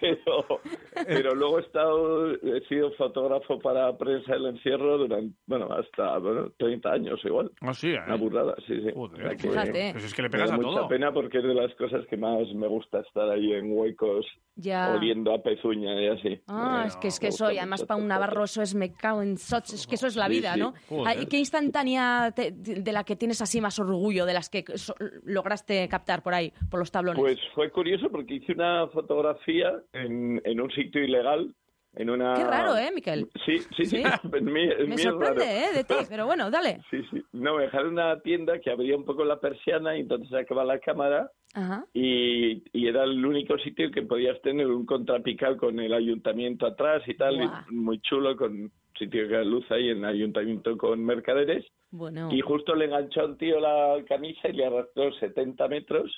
[SPEAKER 3] Pero, pero luego he, estado, he sido fotógrafo para prensa del encierro durante, bueno, hasta bueno, 30 años igual.
[SPEAKER 1] Ah, sí, ¿eh?
[SPEAKER 3] Una burrada, sí, sí.
[SPEAKER 1] Joder.
[SPEAKER 3] O sea que
[SPEAKER 2] Fíjate.
[SPEAKER 1] Pues es que le
[SPEAKER 3] Me
[SPEAKER 1] pegas
[SPEAKER 3] da
[SPEAKER 1] a
[SPEAKER 3] mucha
[SPEAKER 1] todo. [LAUGHS]
[SPEAKER 3] pena porque es de las cosas que más me gusta estar ahí en huecos,
[SPEAKER 2] Ya.
[SPEAKER 3] oliendo a pezuña y así.
[SPEAKER 2] Ah, es que es que
[SPEAKER 3] Me
[SPEAKER 2] eso,
[SPEAKER 3] gusta
[SPEAKER 2] y además
[SPEAKER 3] mucho
[SPEAKER 2] para un
[SPEAKER 3] esta
[SPEAKER 2] navarro eso es me cago en sots, es que eso es la
[SPEAKER 3] Sí,
[SPEAKER 2] vida,
[SPEAKER 3] sí.
[SPEAKER 2] ¿no?
[SPEAKER 1] Joder.
[SPEAKER 2] Ah, ¿y ¿Qué instantánea te- de la que tienes así más orgullo, de las que so- lograste captar por ahí, por los tablones?
[SPEAKER 3] Pues fue curioso porque hice una fotografía en, en un sitio ilegal, en una...
[SPEAKER 2] Qué raro, ¿eh, Miquel?
[SPEAKER 3] Sí, sí, sí.
[SPEAKER 2] Sí.
[SPEAKER 3] en mí- en
[SPEAKER 2] Me
[SPEAKER 3] mí [LAUGHS] es
[SPEAKER 2] sorprende,
[SPEAKER 3] raro.
[SPEAKER 2] ¿eh? De ti, pero bueno, dale.
[SPEAKER 3] Sí, sí. No, me dejaron una tienda que abría un poco la persiana y entonces sacaba la cámara
[SPEAKER 2] Ajá.
[SPEAKER 3] y, y era el único sitio que podías tener un contrapical con el ayuntamiento atrás y tal, y
[SPEAKER 2] Guau.
[SPEAKER 3] muy chulo, con sitio que da luz ahí en el ayuntamiento con mercaderes.
[SPEAKER 2] Bueno.
[SPEAKER 1] Mm.
[SPEAKER 3] Y justo le enganchó al tío la camisa y le arrastró 70 metros.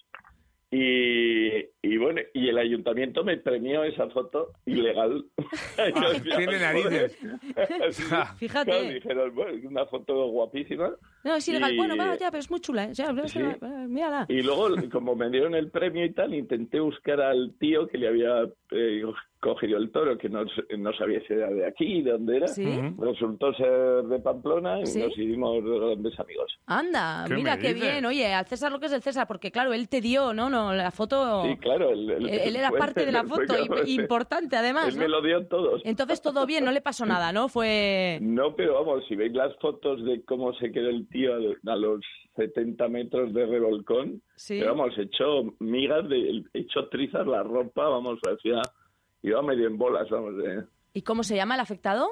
[SPEAKER 3] Y, Y bueno, y el ayuntamiento me premió esa foto
[SPEAKER 1] [LAUGHS]
[SPEAKER 3] ilegal. [LAUGHS] Yo decía,
[SPEAKER 1] Tiene narices.
[SPEAKER 3] [LAUGHS]
[SPEAKER 1] Ah.
[SPEAKER 3] "Joder". Sí,
[SPEAKER 1] sea,
[SPEAKER 2] fíjate.
[SPEAKER 3] pues, claro, dijeron, bueno, una foto guapísima.
[SPEAKER 2] No, es
[SPEAKER 3] Y-
[SPEAKER 2] ilegal. Bueno, va, ya, pero es muy chula. ¿eh? Ya,
[SPEAKER 3] Sí.
[SPEAKER 2] Mírala.
[SPEAKER 3] Y luego, como me dieron el premio y tal, intenté buscar al tío que le había eh, cogido el toro, que no, no sabía si era de aquí, de dónde era.
[SPEAKER 2] Sí.
[SPEAKER 1] Ujú.
[SPEAKER 3] Resultó ser de Pamplona y
[SPEAKER 2] ¿Sí?
[SPEAKER 3] nos hicimos grandes amigos.
[SPEAKER 2] Anda,
[SPEAKER 1] ¿Qué
[SPEAKER 2] mira
[SPEAKER 1] me
[SPEAKER 2] qué
[SPEAKER 1] dices?
[SPEAKER 2] bien. Oye, al César lo que es el César, porque claro, él te dio, ¿no? no la foto. eh,
[SPEAKER 3] Sí, claro. Él, él-
[SPEAKER 2] él, él era
[SPEAKER 3] fue-
[SPEAKER 2] parte
[SPEAKER 3] [LAUGHS]
[SPEAKER 2] de la
[SPEAKER 3] fue
[SPEAKER 2] foto,
[SPEAKER 3] capaz
[SPEAKER 2] im-
[SPEAKER 3] de-
[SPEAKER 2] importante además.
[SPEAKER 3] Él me
[SPEAKER 2] ¿no?
[SPEAKER 3] lo dio en todos.
[SPEAKER 2] Entonces todo bien, no le pasó nada, ¿no? Fue.
[SPEAKER 3] [LAUGHS] No, pero vamos, si veis las fotos de cómo se quedó el tío al- a los 70 metros de revolcón,
[SPEAKER 2] Sí.
[SPEAKER 3] pero vamos, echó migas, de, echó trizas la ropa, vamos, hacía, iba medio en bolas, vamos. Eh.
[SPEAKER 2] ¿Y cómo se llama el afectado?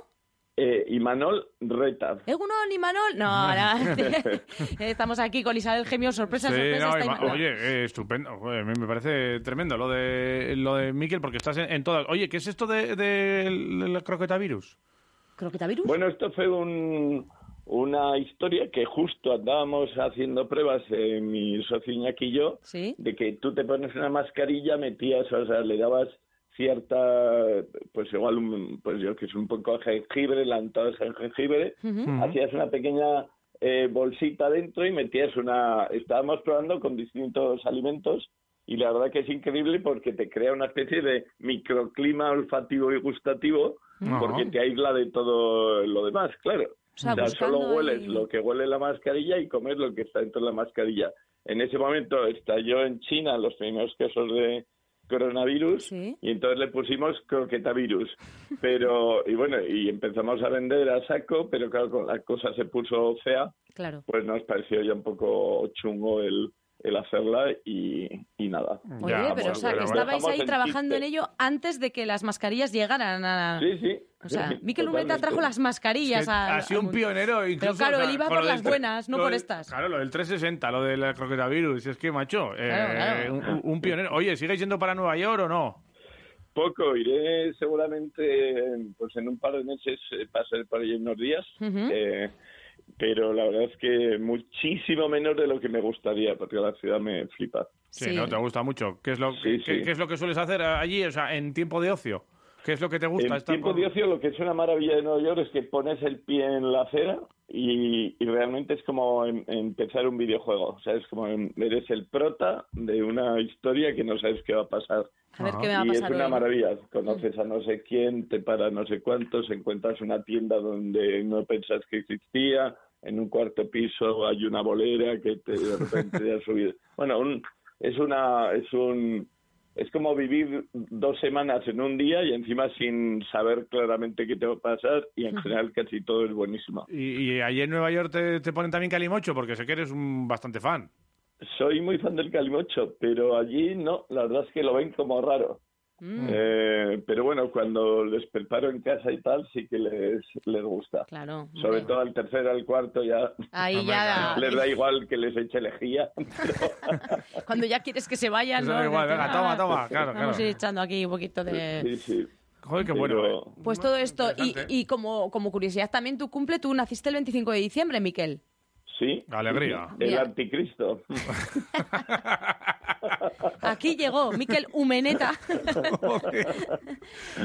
[SPEAKER 3] Eh, y Manol Reta.
[SPEAKER 2] ¿Egunon y Manol? No, no.
[SPEAKER 3] [LAUGHS]
[SPEAKER 2] [LAUGHS] Estamos aquí con Isabel Gemio, sorpresa,
[SPEAKER 1] Sí,
[SPEAKER 2] sorpresa.
[SPEAKER 1] no,
[SPEAKER 2] está
[SPEAKER 1] ima-
[SPEAKER 2] Ima- no.
[SPEAKER 1] oye, eh, estupendo. Joder, a mí me parece tremendo lo de lo de Miquel, porque estás en, en todas. Oye, ¿qué es esto del de, del croquetavirus?
[SPEAKER 2] ¿Croquetavirus?
[SPEAKER 3] Bueno, esto fue un- una historia que justo andábamos haciendo pruebas, eh, mi socio Iñaki y yo,
[SPEAKER 2] Sí.
[SPEAKER 3] de que tú te pones una mascarilla, metías, o sea, le dabas cierta, pues igual, un, pues yo que es un poco de jengibre, lanzabas el jengibre,
[SPEAKER 2] Ujú.
[SPEAKER 1] Ujú.
[SPEAKER 3] hacías una pequeña eh, bolsita dentro y metías una, estábamos probando con distintos alimentos y la verdad que es increíble porque te crea una especie de microclima olfativo y gustativo
[SPEAKER 1] Ajá.
[SPEAKER 3] porque te aísla de todo lo demás, claro.
[SPEAKER 2] O sea,
[SPEAKER 3] O sea,
[SPEAKER 2] buscando
[SPEAKER 3] solo hueles
[SPEAKER 2] ahí-
[SPEAKER 3] lo que huele la mascarilla y comes lo que está dentro de la mascarilla. En ese momento estalló en China los primeros casos de coronavirus
[SPEAKER 2] Sí.
[SPEAKER 3] y entonces le pusimos croquetavirus. Pero, y bueno, y empezamos a vender a saco, pero claro, con la cosa se puso fea,
[SPEAKER 2] Claro.
[SPEAKER 3] pues nos pareció ya un poco chungo el, el hacerla y, y nada.
[SPEAKER 2] Oye,
[SPEAKER 1] Ya,
[SPEAKER 2] pero o sea, que
[SPEAKER 1] bueno.
[SPEAKER 2] estabais
[SPEAKER 3] Dejamos
[SPEAKER 2] ahí
[SPEAKER 3] el
[SPEAKER 2] trabajando en
[SPEAKER 3] chiste.
[SPEAKER 2] ello antes de que las mascarillas llegaran a...
[SPEAKER 3] Sí, sí.
[SPEAKER 2] O
[SPEAKER 3] [LAUGHS]
[SPEAKER 2] sea, Miquel Urmeta
[SPEAKER 3] Urmeta
[SPEAKER 2] trajo las mascarillas
[SPEAKER 1] Que
[SPEAKER 2] a...
[SPEAKER 1] ha sido
[SPEAKER 2] a-
[SPEAKER 1] un pionero incluso.
[SPEAKER 2] claro,
[SPEAKER 1] o sea,
[SPEAKER 2] él iba
[SPEAKER 1] con
[SPEAKER 2] por
[SPEAKER 1] lo del
[SPEAKER 2] las
[SPEAKER 1] tre-
[SPEAKER 2] buenas, no
[SPEAKER 1] lo
[SPEAKER 2] por
[SPEAKER 1] del-
[SPEAKER 2] estas.
[SPEAKER 1] Claro, lo del 360, lo del croquetavirus. Es que, macho, eh,
[SPEAKER 2] claro.
[SPEAKER 1] Un, un pionero. Oye, ¿sigues yendo para Nueva York o no?
[SPEAKER 3] Poco, iré seguramente en- pues en un par de meses, eh, pasaré por ahí unos días,
[SPEAKER 2] Ujú.
[SPEAKER 3] eh, pero la verdad es que muchísimo menos de lo que me gustaría, porque la ciudad me flipa.
[SPEAKER 1] Sí, no, te gusta mucho. ¿Qué es, lo,
[SPEAKER 3] Sí,
[SPEAKER 1] qué-
[SPEAKER 3] sí.
[SPEAKER 1] qué es lo que sueles hacer allí, o sea, en tiempo de ocio? ¿Qué es lo que te gusta?
[SPEAKER 3] En
[SPEAKER 1] estar
[SPEAKER 3] tiempo
[SPEAKER 1] por-
[SPEAKER 3] de ocio lo que es una maravilla de Nueva York es que pones el pie en la acera y, y realmente es como em- empezar un videojuego, o sea, es como em- eres el prota de una historia que no sabes qué va a pasar.
[SPEAKER 2] A ver
[SPEAKER 1] Ajá.
[SPEAKER 2] qué me va a
[SPEAKER 3] Y es
[SPEAKER 2] pasar
[SPEAKER 3] una
[SPEAKER 2] hoy. Mm.
[SPEAKER 3] maravilla. Conoces a no sé quién, te paras no sé cuántos, encuentras una tienda donde no pensás que existía, en un cuarto piso hay una bolera que te, de repente te ha
[SPEAKER 2] [LAUGHS]
[SPEAKER 3] subido. Bueno, un- es una es un es como vivir dos semanas en un día y encima sin saber claramente qué te va a pasar y en general casi todo es buenísimo.
[SPEAKER 1] Y, y allí en Nueva York te, te ponen también calimocho, porque sé que eres un bastante fan.
[SPEAKER 3] Soy muy fan del calimocho, pero allí no, la verdad es que lo ven como raro.
[SPEAKER 2] Mm,
[SPEAKER 3] Eh, pero bueno, cuando les preparo en casa y tal, sí que les, les gusta.
[SPEAKER 2] Claro. Ah,
[SPEAKER 3] Sobre
[SPEAKER 2] hombre.
[SPEAKER 3] todo al tercero, al cuarto, ya
[SPEAKER 2] Ahí
[SPEAKER 1] Hombre,
[SPEAKER 2] ya...
[SPEAKER 1] claro.
[SPEAKER 3] les da igual que les eche lejía.
[SPEAKER 2] Cuando ya quieres que se vayan,
[SPEAKER 1] Eso
[SPEAKER 2] ¿no?
[SPEAKER 1] Pues da igual,
[SPEAKER 2] Decir,
[SPEAKER 1] venga,
[SPEAKER 2] "Ah,
[SPEAKER 1] toma, toma, claro,
[SPEAKER 2] Vamos a ir
[SPEAKER 1] claro.
[SPEAKER 2] echando aquí un poquito de...
[SPEAKER 3] Sí, sí.
[SPEAKER 1] Joder, qué bueno.
[SPEAKER 3] Pero-
[SPEAKER 1] eh. [LAUGHS]
[SPEAKER 2] Pues todo esto, y,
[SPEAKER 1] Interesante.
[SPEAKER 2] y como, como curiosidad también, tú cumple, tú naciste el 25 de diciembre, Miquel.
[SPEAKER 3] Sí.
[SPEAKER 1] Alegría.
[SPEAKER 3] El
[SPEAKER 1] [LAUGHS]
[SPEAKER 2] Mira.
[SPEAKER 3] anticristo.
[SPEAKER 2] Aquí llegó Miquel Humeneta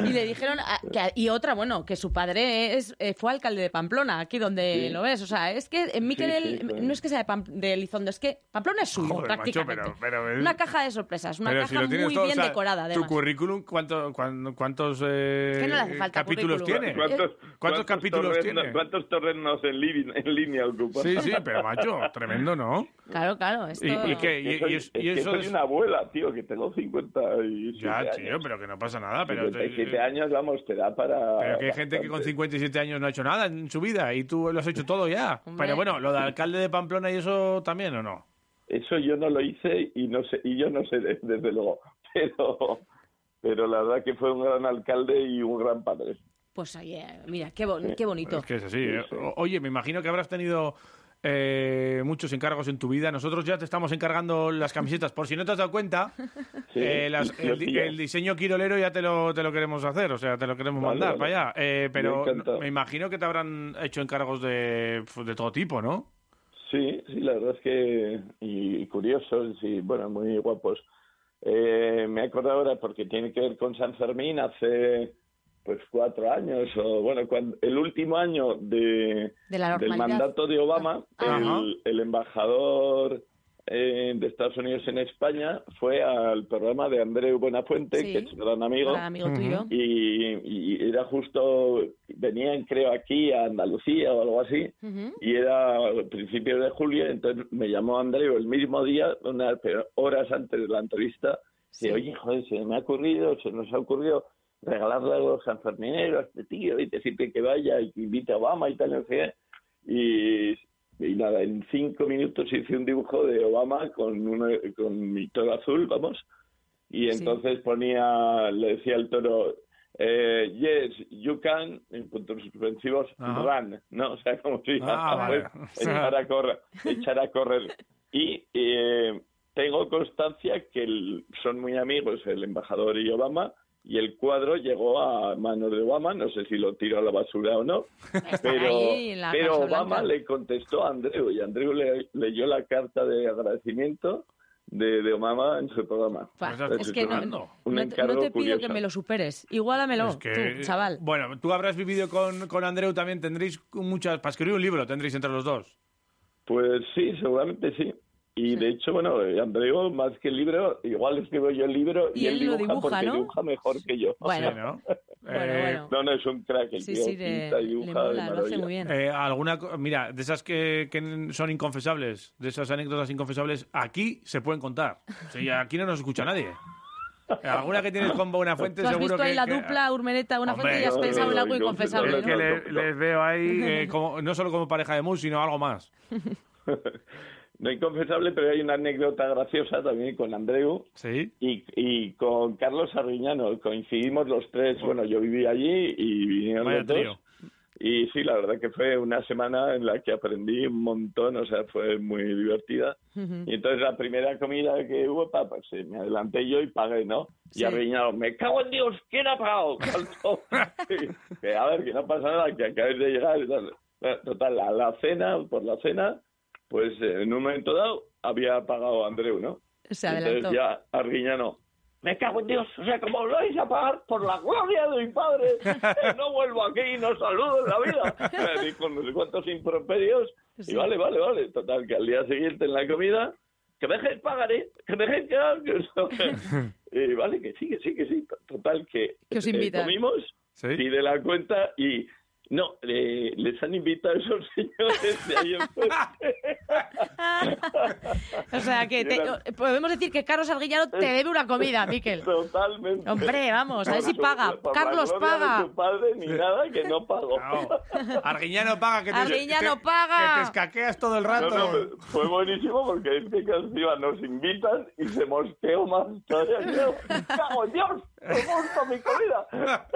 [SPEAKER 2] y
[SPEAKER 1] [LAUGHS]
[SPEAKER 2] le dijeron, a- que- y otra, bueno, que su padre es, eh, fue alcalde de Pamplona, aquí donde
[SPEAKER 3] Sí.
[SPEAKER 2] lo ves. O sea, es que eh, Miquel,
[SPEAKER 3] Sí, sí,
[SPEAKER 2] él,
[SPEAKER 3] claro.
[SPEAKER 2] no es que sea de, Pam- de Lizondo, es que Pamplona es suyo,
[SPEAKER 1] Joder, macho,
[SPEAKER 2] prácticamente.
[SPEAKER 1] pero- pero es-
[SPEAKER 2] Una caja de sorpresas, una
[SPEAKER 1] Pero
[SPEAKER 2] caja
[SPEAKER 1] si lo tienes
[SPEAKER 2] muy
[SPEAKER 1] todo,
[SPEAKER 2] bien
[SPEAKER 1] o sea,
[SPEAKER 2] decorada,
[SPEAKER 1] ¿Tu
[SPEAKER 2] además.
[SPEAKER 1] currículum cuánto, cuán- cuántos eh,
[SPEAKER 2] Es que no le hace falta
[SPEAKER 1] capítulos
[SPEAKER 2] currículum.
[SPEAKER 1] tiene?
[SPEAKER 3] ¿Cuántos,
[SPEAKER 1] ¿Cuántos
[SPEAKER 3] cuántos
[SPEAKER 1] capítulos
[SPEAKER 3] torrenos-
[SPEAKER 1] tiene?
[SPEAKER 3] ¿Cuántos torrenos en, li- en línea ocupa?
[SPEAKER 1] Sí, sí, pero macho,
[SPEAKER 3] [LAUGHS]
[SPEAKER 1] tremendo, ¿no?
[SPEAKER 2] Claro, claro. Esto...
[SPEAKER 1] ¿Y, y qué? eh, ¿Y,
[SPEAKER 3] Que soy-
[SPEAKER 1] y-
[SPEAKER 3] es
[SPEAKER 1] y
[SPEAKER 3] que
[SPEAKER 1] eso
[SPEAKER 3] soy
[SPEAKER 1] es-
[SPEAKER 3] una abuela, tío, que tengo 57
[SPEAKER 1] Ya,
[SPEAKER 3] años.
[SPEAKER 1] tío, pero que no pasa nada. Pero,
[SPEAKER 3] 57 años, vamos, te da para...
[SPEAKER 1] pero que hay gente que con
[SPEAKER 3] bastante.
[SPEAKER 1] 57 años no ha hecho nada en su vida y tú lo has hecho todo ya.
[SPEAKER 2] Hombre.
[SPEAKER 1] Pero bueno, lo de alcalde de Pamplona y eso también, ¿o no?
[SPEAKER 3] Eso yo no lo hice y no sé y yo no sé de- desde luego, [LAUGHS] pero pero la verdad que fue un gran alcalde y un gran padre.
[SPEAKER 2] Pues oye, mira, qué, bon- qué bonito.
[SPEAKER 1] Es que es así. ¿eh? O- Oye, me imagino que habrás tenido eh, muchos encargos en tu vida. Nosotros ya te estamos encargando las camisetas. Por si no te has dado cuenta,
[SPEAKER 3] Sí,
[SPEAKER 1] eh, las-
[SPEAKER 3] lo
[SPEAKER 1] el, di-
[SPEAKER 3] pillo.
[SPEAKER 1] el diseño quirolero ya te lo, te lo queremos hacer, o sea, te lo queremos
[SPEAKER 3] Vale,
[SPEAKER 1] mandar
[SPEAKER 3] vale.
[SPEAKER 1] para allá. Eh, pero
[SPEAKER 3] encantado.
[SPEAKER 1] me imagino que te habrán hecho encargos de, de todo tipo, ¿no?
[SPEAKER 3] Sí, sí, la verdad es que y curiosos y bueno, muy guapos. Eh, me acuerdo ahora porque tiene que ver con San Fermín hace pues cuatro años o bueno cuando, el último año de,
[SPEAKER 2] De la
[SPEAKER 3] del
[SPEAKER 2] normalidad.
[SPEAKER 3] mandato de Obama
[SPEAKER 1] Ah. Ajá.
[SPEAKER 3] el, el embajador eh, de Estados Unidos en España fue al programa de Andreu Buenafuente
[SPEAKER 2] Sí.
[SPEAKER 3] que es gran amigo
[SPEAKER 2] Para amigo tuyo.
[SPEAKER 3] y, y era justo venían creo aquí a Andalucía o algo así
[SPEAKER 2] Ujú.
[SPEAKER 3] y era a principios de julio, entonces me llamó Andreu el mismo día, unas pero horas antes de la entrevista,
[SPEAKER 2] Sí.
[SPEAKER 3] que oye, joder, se me ha ocurrido, se nos ha ocurrido regalarle algo a los sanfermineros, a este tío, y decirte que vaya, y que invite a Obama y tal, no sé qué. Y, y nada, en cinco minutos hice un dibujo de Obama con, una- con mi toro azul, vamos, y
[SPEAKER 2] Sí.
[SPEAKER 3] entonces ponía, le decía al toro, eh, yes, you can, en puntos suspensivos,
[SPEAKER 1] Ajá.
[SPEAKER 3] run, ¿no? O sea, como si
[SPEAKER 1] Ah, vale.
[SPEAKER 3] echar a correr, echar a correr. Y eh, tengo constancia que el- son muy amigos el embajador y Obama, y el cuadro llegó a manos de Obama, no sé si lo tiró a la basura o no, pero,
[SPEAKER 2] ahí en la
[SPEAKER 3] pero
[SPEAKER 2] Casa
[SPEAKER 3] Obama
[SPEAKER 2] Blanca.
[SPEAKER 1] ¿eh?
[SPEAKER 3] le contestó a Andreu, y Andreu le- leyó la carta de agradecimiento de, de Obama en su programa.
[SPEAKER 2] Fua,
[SPEAKER 1] Pues estás
[SPEAKER 2] es que no,
[SPEAKER 1] funcionando.
[SPEAKER 3] Un
[SPEAKER 2] no te, no
[SPEAKER 3] encargo
[SPEAKER 2] te pido que
[SPEAKER 3] curioso.
[SPEAKER 2] me lo superes. Igualamelo,
[SPEAKER 1] Es que-
[SPEAKER 2] tú, chaval.
[SPEAKER 1] Bueno, tú habrás vivido con, con Andreu también, tendréis muchas... Para escribir un libro tendréis entre los dos.
[SPEAKER 3] Pues sí, seguramente sí. Y de hecho, bueno, eh, Andreu, más que el libro, igual escribo yo el libro y,
[SPEAKER 2] Y él lo dibuja,
[SPEAKER 3] porque
[SPEAKER 2] ¿no?
[SPEAKER 3] dibuja mejor que yo.
[SPEAKER 2] Bueno.
[SPEAKER 1] Sí, ¿no?
[SPEAKER 2] Bueno,
[SPEAKER 1] Eh,
[SPEAKER 2] bueno.
[SPEAKER 3] No, no, es un crack el
[SPEAKER 2] Sí,
[SPEAKER 3] tío,
[SPEAKER 2] sí, le,
[SPEAKER 3] pinta,
[SPEAKER 2] le
[SPEAKER 3] dibuja de
[SPEAKER 2] mola, lo hace
[SPEAKER 3] maravilla.
[SPEAKER 2] muy bien.
[SPEAKER 1] Eh, alguna co- mira, de esas que, que son inconfesables, de esas anécdotas inconfesables, aquí se pueden contar. Sí, aquí no nos escucha
[SPEAKER 3] [LAUGHS]
[SPEAKER 1] nadie. Eh, Alguna que tienes con buena fuente,
[SPEAKER 2] ¿Tú has
[SPEAKER 1] seguro
[SPEAKER 2] visto
[SPEAKER 1] que,
[SPEAKER 2] ahí la
[SPEAKER 1] que-
[SPEAKER 2] dupla Urmeneta, una
[SPEAKER 1] Hombre,
[SPEAKER 2] fuente y has
[SPEAKER 1] no,
[SPEAKER 2] pensado
[SPEAKER 1] no,
[SPEAKER 2] en
[SPEAKER 1] no,
[SPEAKER 2] algo
[SPEAKER 3] no, no,
[SPEAKER 2] inconfesable,
[SPEAKER 1] es que
[SPEAKER 2] ¿no?
[SPEAKER 1] le- les veo ahí, eh, como, no solo como pareja de mus, sino algo más.
[SPEAKER 3] No inconfesable, pero hay una anécdota graciosa también con Andreu
[SPEAKER 1] ¿Sí?
[SPEAKER 3] y, y con Carlos Arriñano. Coincidimos los tres, bueno, yo viví allí y vinieron
[SPEAKER 1] Vaya
[SPEAKER 3] los dos.
[SPEAKER 1] trío.
[SPEAKER 3] Y sí, la verdad que fue una semana en la que aprendí un montón, o sea, fue muy divertida.
[SPEAKER 2] [LAUGHS] Ujú.
[SPEAKER 3] Y entonces la primera comida que hubo, pa, pues eh, me adelanté yo y pagué, ¿no?
[SPEAKER 2] Sí.
[SPEAKER 3] Y arruinado, me cago en Dios, ¿quién ha pagado?
[SPEAKER 2] [LAUGHS]
[SPEAKER 3] Saltó. Que, que, a ver, que no pasa nada, que acabes de llegar. y tal. Bueno, Total, a la cena, por la cena, pues eh, en un momento dado había pagado Andreu, ¿no?
[SPEAKER 2] Se adelantó.
[SPEAKER 3] Entonces ya Arguiñano, me cago en Dios, o sea, como volváis a pagar por la gloria de mi padre, que no vuelvo aquí y no saludo en la vida. Me dijo no sé cuántos improperios.
[SPEAKER 2] Sí.
[SPEAKER 3] Y vale, vale, vale. Total, que al día siguiente en la comida, que me dejéis pagar, ¿eh? Que me dejéis quedar. que
[SPEAKER 2] [LAUGHS]
[SPEAKER 3] no". y vale, que sí, que sí, que sí. Total, que,
[SPEAKER 2] Que os
[SPEAKER 3] eh,
[SPEAKER 2] invitan.
[SPEAKER 3] comimos
[SPEAKER 1] ¿Sí?
[SPEAKER 3] pide la cuenta y no, le- les han invitado a esos [LAUGHS] señores pues, de
[SPEAKER 2] [LAUGHS]
[SPEAKER 3] ahí enfrente.
[SPEAKER 2] O sea, que te- eh,
[SPEAKER 3] Era-
[SPEAKER 2] podemos decir que Carlos Arguillano te debe una comida,
[SPEAKER 3] [LAUGHS]
[SPEAKER 2] Miquel.
[SPEAKER 3] Totalmente.
[SPEAKER 2] Hombre, vamos, a ver
[SPEAKER 3] Por
[SPEAKER 2] si
[SPEAKER 3] su-
[SPEAKER 2] paga.
[SPEAKER 3] por pues, la
[SPEAKER 2] Carlos
[SPEAKER 3] gloria
[SPEAKER 2] paga.
[SPEAKER 3] De tu padre ni nada que no pagó.
[SPEAKER 1] [LAUGHS]
[SPEAKER 2] [LAUGHS]
[SPEAKER 1] Claro. Arguiñano paga que te,
[SPEAKER 2] Arguiñano
[SPEAKER 1] que-
[SPEAKER 2] paga.
[SPEAKER 1] que te escaqueas todo el
[SPEAKER 3] No,
[SPEAKER 1] rato.
[SPEAKER 3] no, pero fue buenísimo porque es que encima nos invitan y se mosqueó más todavía. que yo. ¡Cago en Dios! ¡Me gusta
[SPEAKER 1] [LAUGHS]
[SPEAKER 3] mi comida!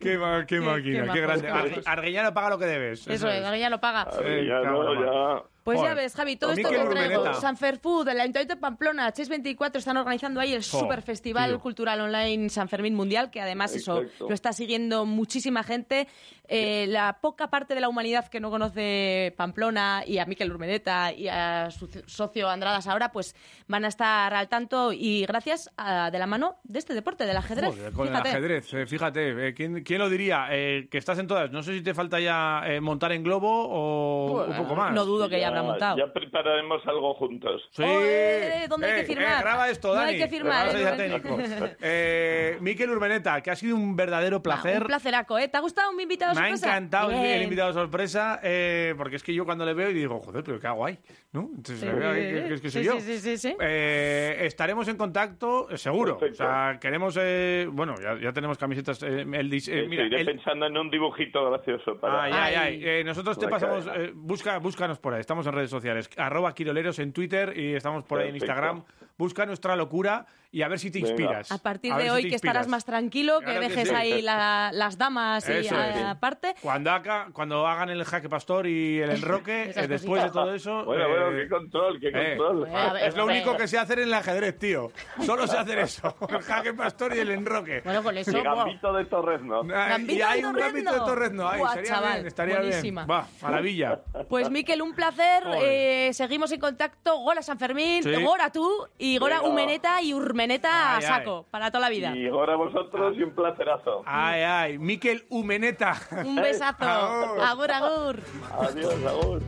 [SPEAKER 1] Qué, ma- qué
[SPEAKER 2] Qué- qué
[SPEAKER 1] máquina, qué,
[SPEAKER 2] majos,
[SPEAKER 1] grande.
[SPEAKER 2] qué
[SPEAKER 1] Argi-
[SPEAKER 2] majos.
[SPEAKER 1] Arguiñano paga lo que debes.
[SPEAKER 2] Eso es, Arguillano paga.
[SPEAKER 1] Eh,
[SPEAKER 3] ya no,
[SPEAKER 1] cabrón.
[SPEAKER 3] ya.
[SPEAKER 2] Pues ya
[SPEAKER 1] Joder.
[SPEAKER 2] ves, Javi, todo
[SPEAKER 1] Con
[SPEAKER 2] esto
[SPEAKER 1] Mikel
[SPEAKER 2] que traigo.
[SPEAKER 1] Urmeneta.
[SPEAKER 2] Sanfer Food, el Ayuntamiento de Pamplona, 624 están organizando ahí el
[SPEAKER 1] Jo,
[SPEAKER 2] Super Festival
[SPEAKER 1] tío.
[SPEAKER 2] Cultural Online San Fermín Mundial, que además eso
[SPEAKER 3] Exacto.
[SPEAKER 2] lo está siguiendo muchísima gente. Eh, la poca parte de la humanidad que no conoce Pamplona y a Miquel Urmeneta y a su socio Andradas ahora, pues van a estar al tanto y gracias a- de la mano de este deporte, del ajedrez.
[SPEAKER 1] Joder, con
[SPEAKER 2] Fíjate.
[SPEAKER 1] el ajedrez, eh, fíjate, eh, ¿quién, quién lo diría? Eh, que estás en todas. No sé si te falta ya eh, montar en globo o
[SPEAKER 2] Bueno,
[SPEAKER 1] un poco más.
[SPEAKER 2] Pues, No dudo que ya, habrá montado.
[SPEAKER 3] Ya prepararemos algo juntos.
[SPEAKER 1] Sí.
[SPEAKER 2] ¡Oe! ¿Dónde hay que
[SPEAKER 1] Eh,
[SPEAKER 2] firmar?
[SPEAKER 1] eh, graba esto,
[SPEAKER 2] No
[SPEAKER 1] Dani.
[SPEAKER 2] hay que firmar,
[SPEAKER 1] Graba
[SPEAKER 2] ¿eh?
[SPEAKER 1] eso ya técnico. Eh, Miquel Urbeneta, que ha sido un verdadero placer.
[SPEAKER 2] Ah, un placeraco, ¿eh? ¿Te ha gustado mi invitado
[SPEAKER 1] Me ha
[SPEAKER 2] sorpresa?
[SPEAKER 1] encantado el-
[SPEAKER 2] Bien.
[SPEAKER 1] el invitado sorpresa, eh, porque es que yo cuando le veo y digo, joder, pero qué guay, ¿no? Entonces
[SPEAKER 2] Sí,
[SPEAKER 1] le veo ahí,
[SPEAKER 2] sí,
[SPEAKER 1] que- que es que soy
[SPEAKER 2] sí,
[SPEAKER 1] yo.
[SPEAKER 2] sí, sí, sí.
[SPEAKER 1] Eh, estaremos en contacto, eh, seguro.
[SPEAKER 3] Perfecto.
[SPEAKER 1] O sea, queremos, eh, bueno, ya, ya tenemos camisetas. eh, el, dis- eh,
[SPEAKER 3] Eh,
[SPEAKER 1] mira,
[SPEAKER 3] Iré
[SPEAKER 1] el-
[SPEAKER 3] pensando en un dibujito gracioso para... [LAUGHS]
[SPEAKER 1] Ay, ay, ay.
[SPEAKER 2] Ay.
[SPEAKER 1] Eh, nosotros te
[SPEAKER 3] La
[SPEAKER 1] pasamos.
[SPEAKER 3] cadena.
[SPEAKER 1] eh, busca, búscanos por ahí. Estamos en redes sociales. Arroba Quiroleros en Twitter y estamos por ahí en
[SPEAKER 3] Perfecto.
[SPEAKER 1] Instagram. Busca nuestra locura y a ver si te
[SPEAKER 3] Venga.
[SPEAKER 1] inspiras.
[SPEAKER 2] A partir
[SPEAKER 1] ver
[SPEAKER 2] de
[SPEAKER 1] si
[SPEAKER 2] hoy
[SPEAKER 1] te
[SPEAKER 2] que estarás
[SPEAKER 1] inspiras.
[SPEAKER 2] más tranquilo, que
[SPEAKER 1] Claro que
[SPEAKER 2] dejes
[SPEAKER 1] sí.
[SPEAKER 2] ahí la- las damas y
[SPEAKER 1] Eso es.
[SPEAKER 2] a- aparte.
[SPEAKER 1] Cuando, haga- cuando hagan el jaque pastor y el enroque,
[SPEAKER 2] [LAUGHS] Esas
[SPEAKER 1] eh, después de
[SPEAKER 2] cositas.
[SPEAKER 1] todo eso.
[SPEAKER 3] Bueno,
[SPEAKER 1] eh,
[SPEAKER 3] bueno, qué control, qué
[SPEAKER 1] eh,
[SPEAKER 3] control.
[SPEAKER 2] Bueno, a ver,
[SPEAKER 1] Es lo
[SPEAKER 2] hombre.
[SPEAKER 1] único que sé hacer en el ajedrez, tío. Solo sé hacer eso. [LAUGHS] El jaque pastor y el enroque.
[SPEAKER 2] Bueno, con eso.
[SPEAKER 3] Y
[SPEAKER 2] wow.
[SPEAKER 3] [LAUGHS] Gambito de Torres, ¿no?
[SPEAKER 1] Ah,
[SPEAKER 2] Gambito
[SPEAKER 1] y hay
[SPEAKER 2] de
[SPEAKER 1] un
[SPEAKER 2] Torrezno.
[SPEAKER 1] gambito de Torrezno. Ay,
[SPEAKER 2] Buah,
[SPEAKER 1] sería
[SPEAKER 2] chaval,
[SPEAKER 1] bien, estaría
[SPEAKER 2] buenísima.
[SPEAKER 1] bien. Va, maravilla.
[SPEAKER 2] [LAUGHS] Pues Miquel, un placer.
[SPEAKER 1] Joder.
[SPEAKER 2] eh, seguimos en contacto. Hola San Fermín,
[SPEAKER 1] Sí.
[SPEAKER 2] Gora tú y Y Gora
[SPEAKER 3] Venga.
[SPEAKER 2] Humeneta y Urmeneta a
[SPEAKER 1] Ay, ay.
[SPEAKER 2] saco, para toda la vida.
[SPEAKER 3] Y ahora vosotros y un placerazo.
[SPEAKER 1] Ay, ay, Miquel Humeneta.
[SPEAKER 2] Un besazo.
[SPEAKER 1] Agur.
[SPEAKER 2] Agur, agur.
[SPEAKER 3] Adiós, Raúl.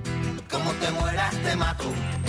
[SPEAKER 4] Como te mueras te mato.